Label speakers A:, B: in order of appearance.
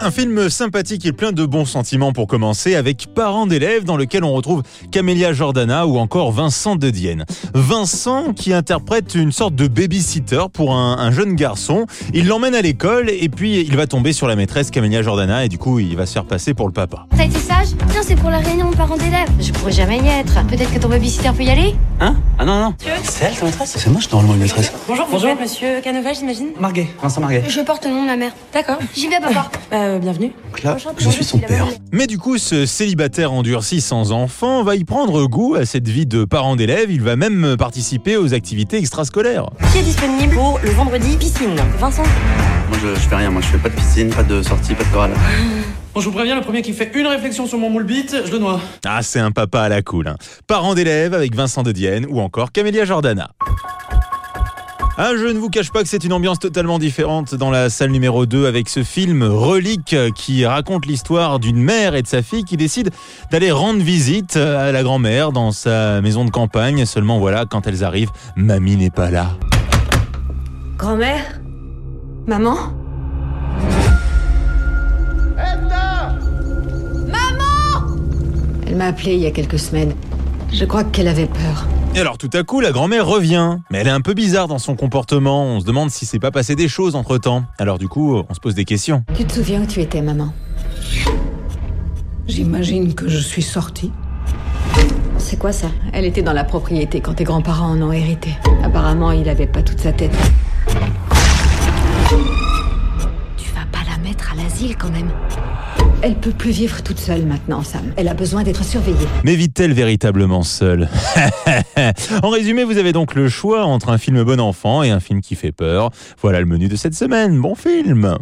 A: Un film sympathique et plein de bons sentiments pour commencer, avec Parents d'élèves dans lequel on retrouve Camélia Jordana ou encore Vincent de Dienne. Vincent qui interprète une sorte de babysitter pour un, un jeune garçon. Il l'emmène à l'école et puis il va tomber sur la maîtresse Camélia Jordana et du coup il va se faire passer pour le papa.
B: T'as été sage Tiens, c'est pour la réunion de parents d'élèves. Je pourrais jamais y être. Peut-être que ton babysitter peut y aller
C: Hein Ah non, non.
D: C'est elle ta maîtresse
C: C'est moi, je suis normalement une maîtresse.
E: Bonjour,
C: Bonjour.
E: bonjour. monsieur Canova, j'imagine
C: Marguet, Vincent Marguet.
B: Je porte le nom de ma mère.
E: D'accord.
B: J'y vais, papa.
E: Euh, bienvenue.
C: Donc là,
B: Bonjour,
C: je suis son
B: bonjour,
C: père.
A: Mais du coup, ce célibataire endurci sans enfant va y prendre goût à cette vie de parent d'élève. Il va même participer aux activités extrascolaires.
E: Qui est disponible pour le vendredi piscine Vincent
C: Moi, je, je fais rien, moi, je fais pas de piscine, pas de sortie, pas de chorale.
F: Bon, je vous préviens, le premier qui fait une réflexion sur mon moule bite, je le noie.
A: Ah, c'est un papa à la cool. Hein. Parent d'élève avec Vincent de Dienne ou encore Camélia Jordana. Ah, je ne vous cache pas que c'est une ambiance totalement différente dans la salle numéro 2 avec ce film Relique qui raconte l'histoire d'une mère et de sa fille qui décident d'aller rendre visite à la grand-mère dans sa maison de campagne. Seulement voilà, quand elles arrivent, mamie n'est pas là.
B: Grand-mère Maman
G: Elle m'a appelé il y a quelques semaines. Je crois qu'elle avait peur.
A: Et alors tout à coup, la grand-mère revient. Mais elle est un peu bizarre dans son comportement. On se demande si c'est pas passé des choses entre-temps. Alors du coup, on se pose des questions.
G: Tu te souviens où tu étais, maman
H: J'imagine que je suis sortie.
B: C'est quoi ça
G: Elle était dans la propriété quand tes grands-parents en ont hérité. Apparemment, il avait pas toute sa tête. Tu vas pas la mettre à l'asile quand même. Elle peut plus vivre toute seule maintenant, Sam. Elle a besoin d'être surveillée.
A: Mais vit-elle véritablement seule En résumé, vous avez donc le choix entre un film bon enfant et un film qui fait peur. Voilà le menu de cette semaine. Bon film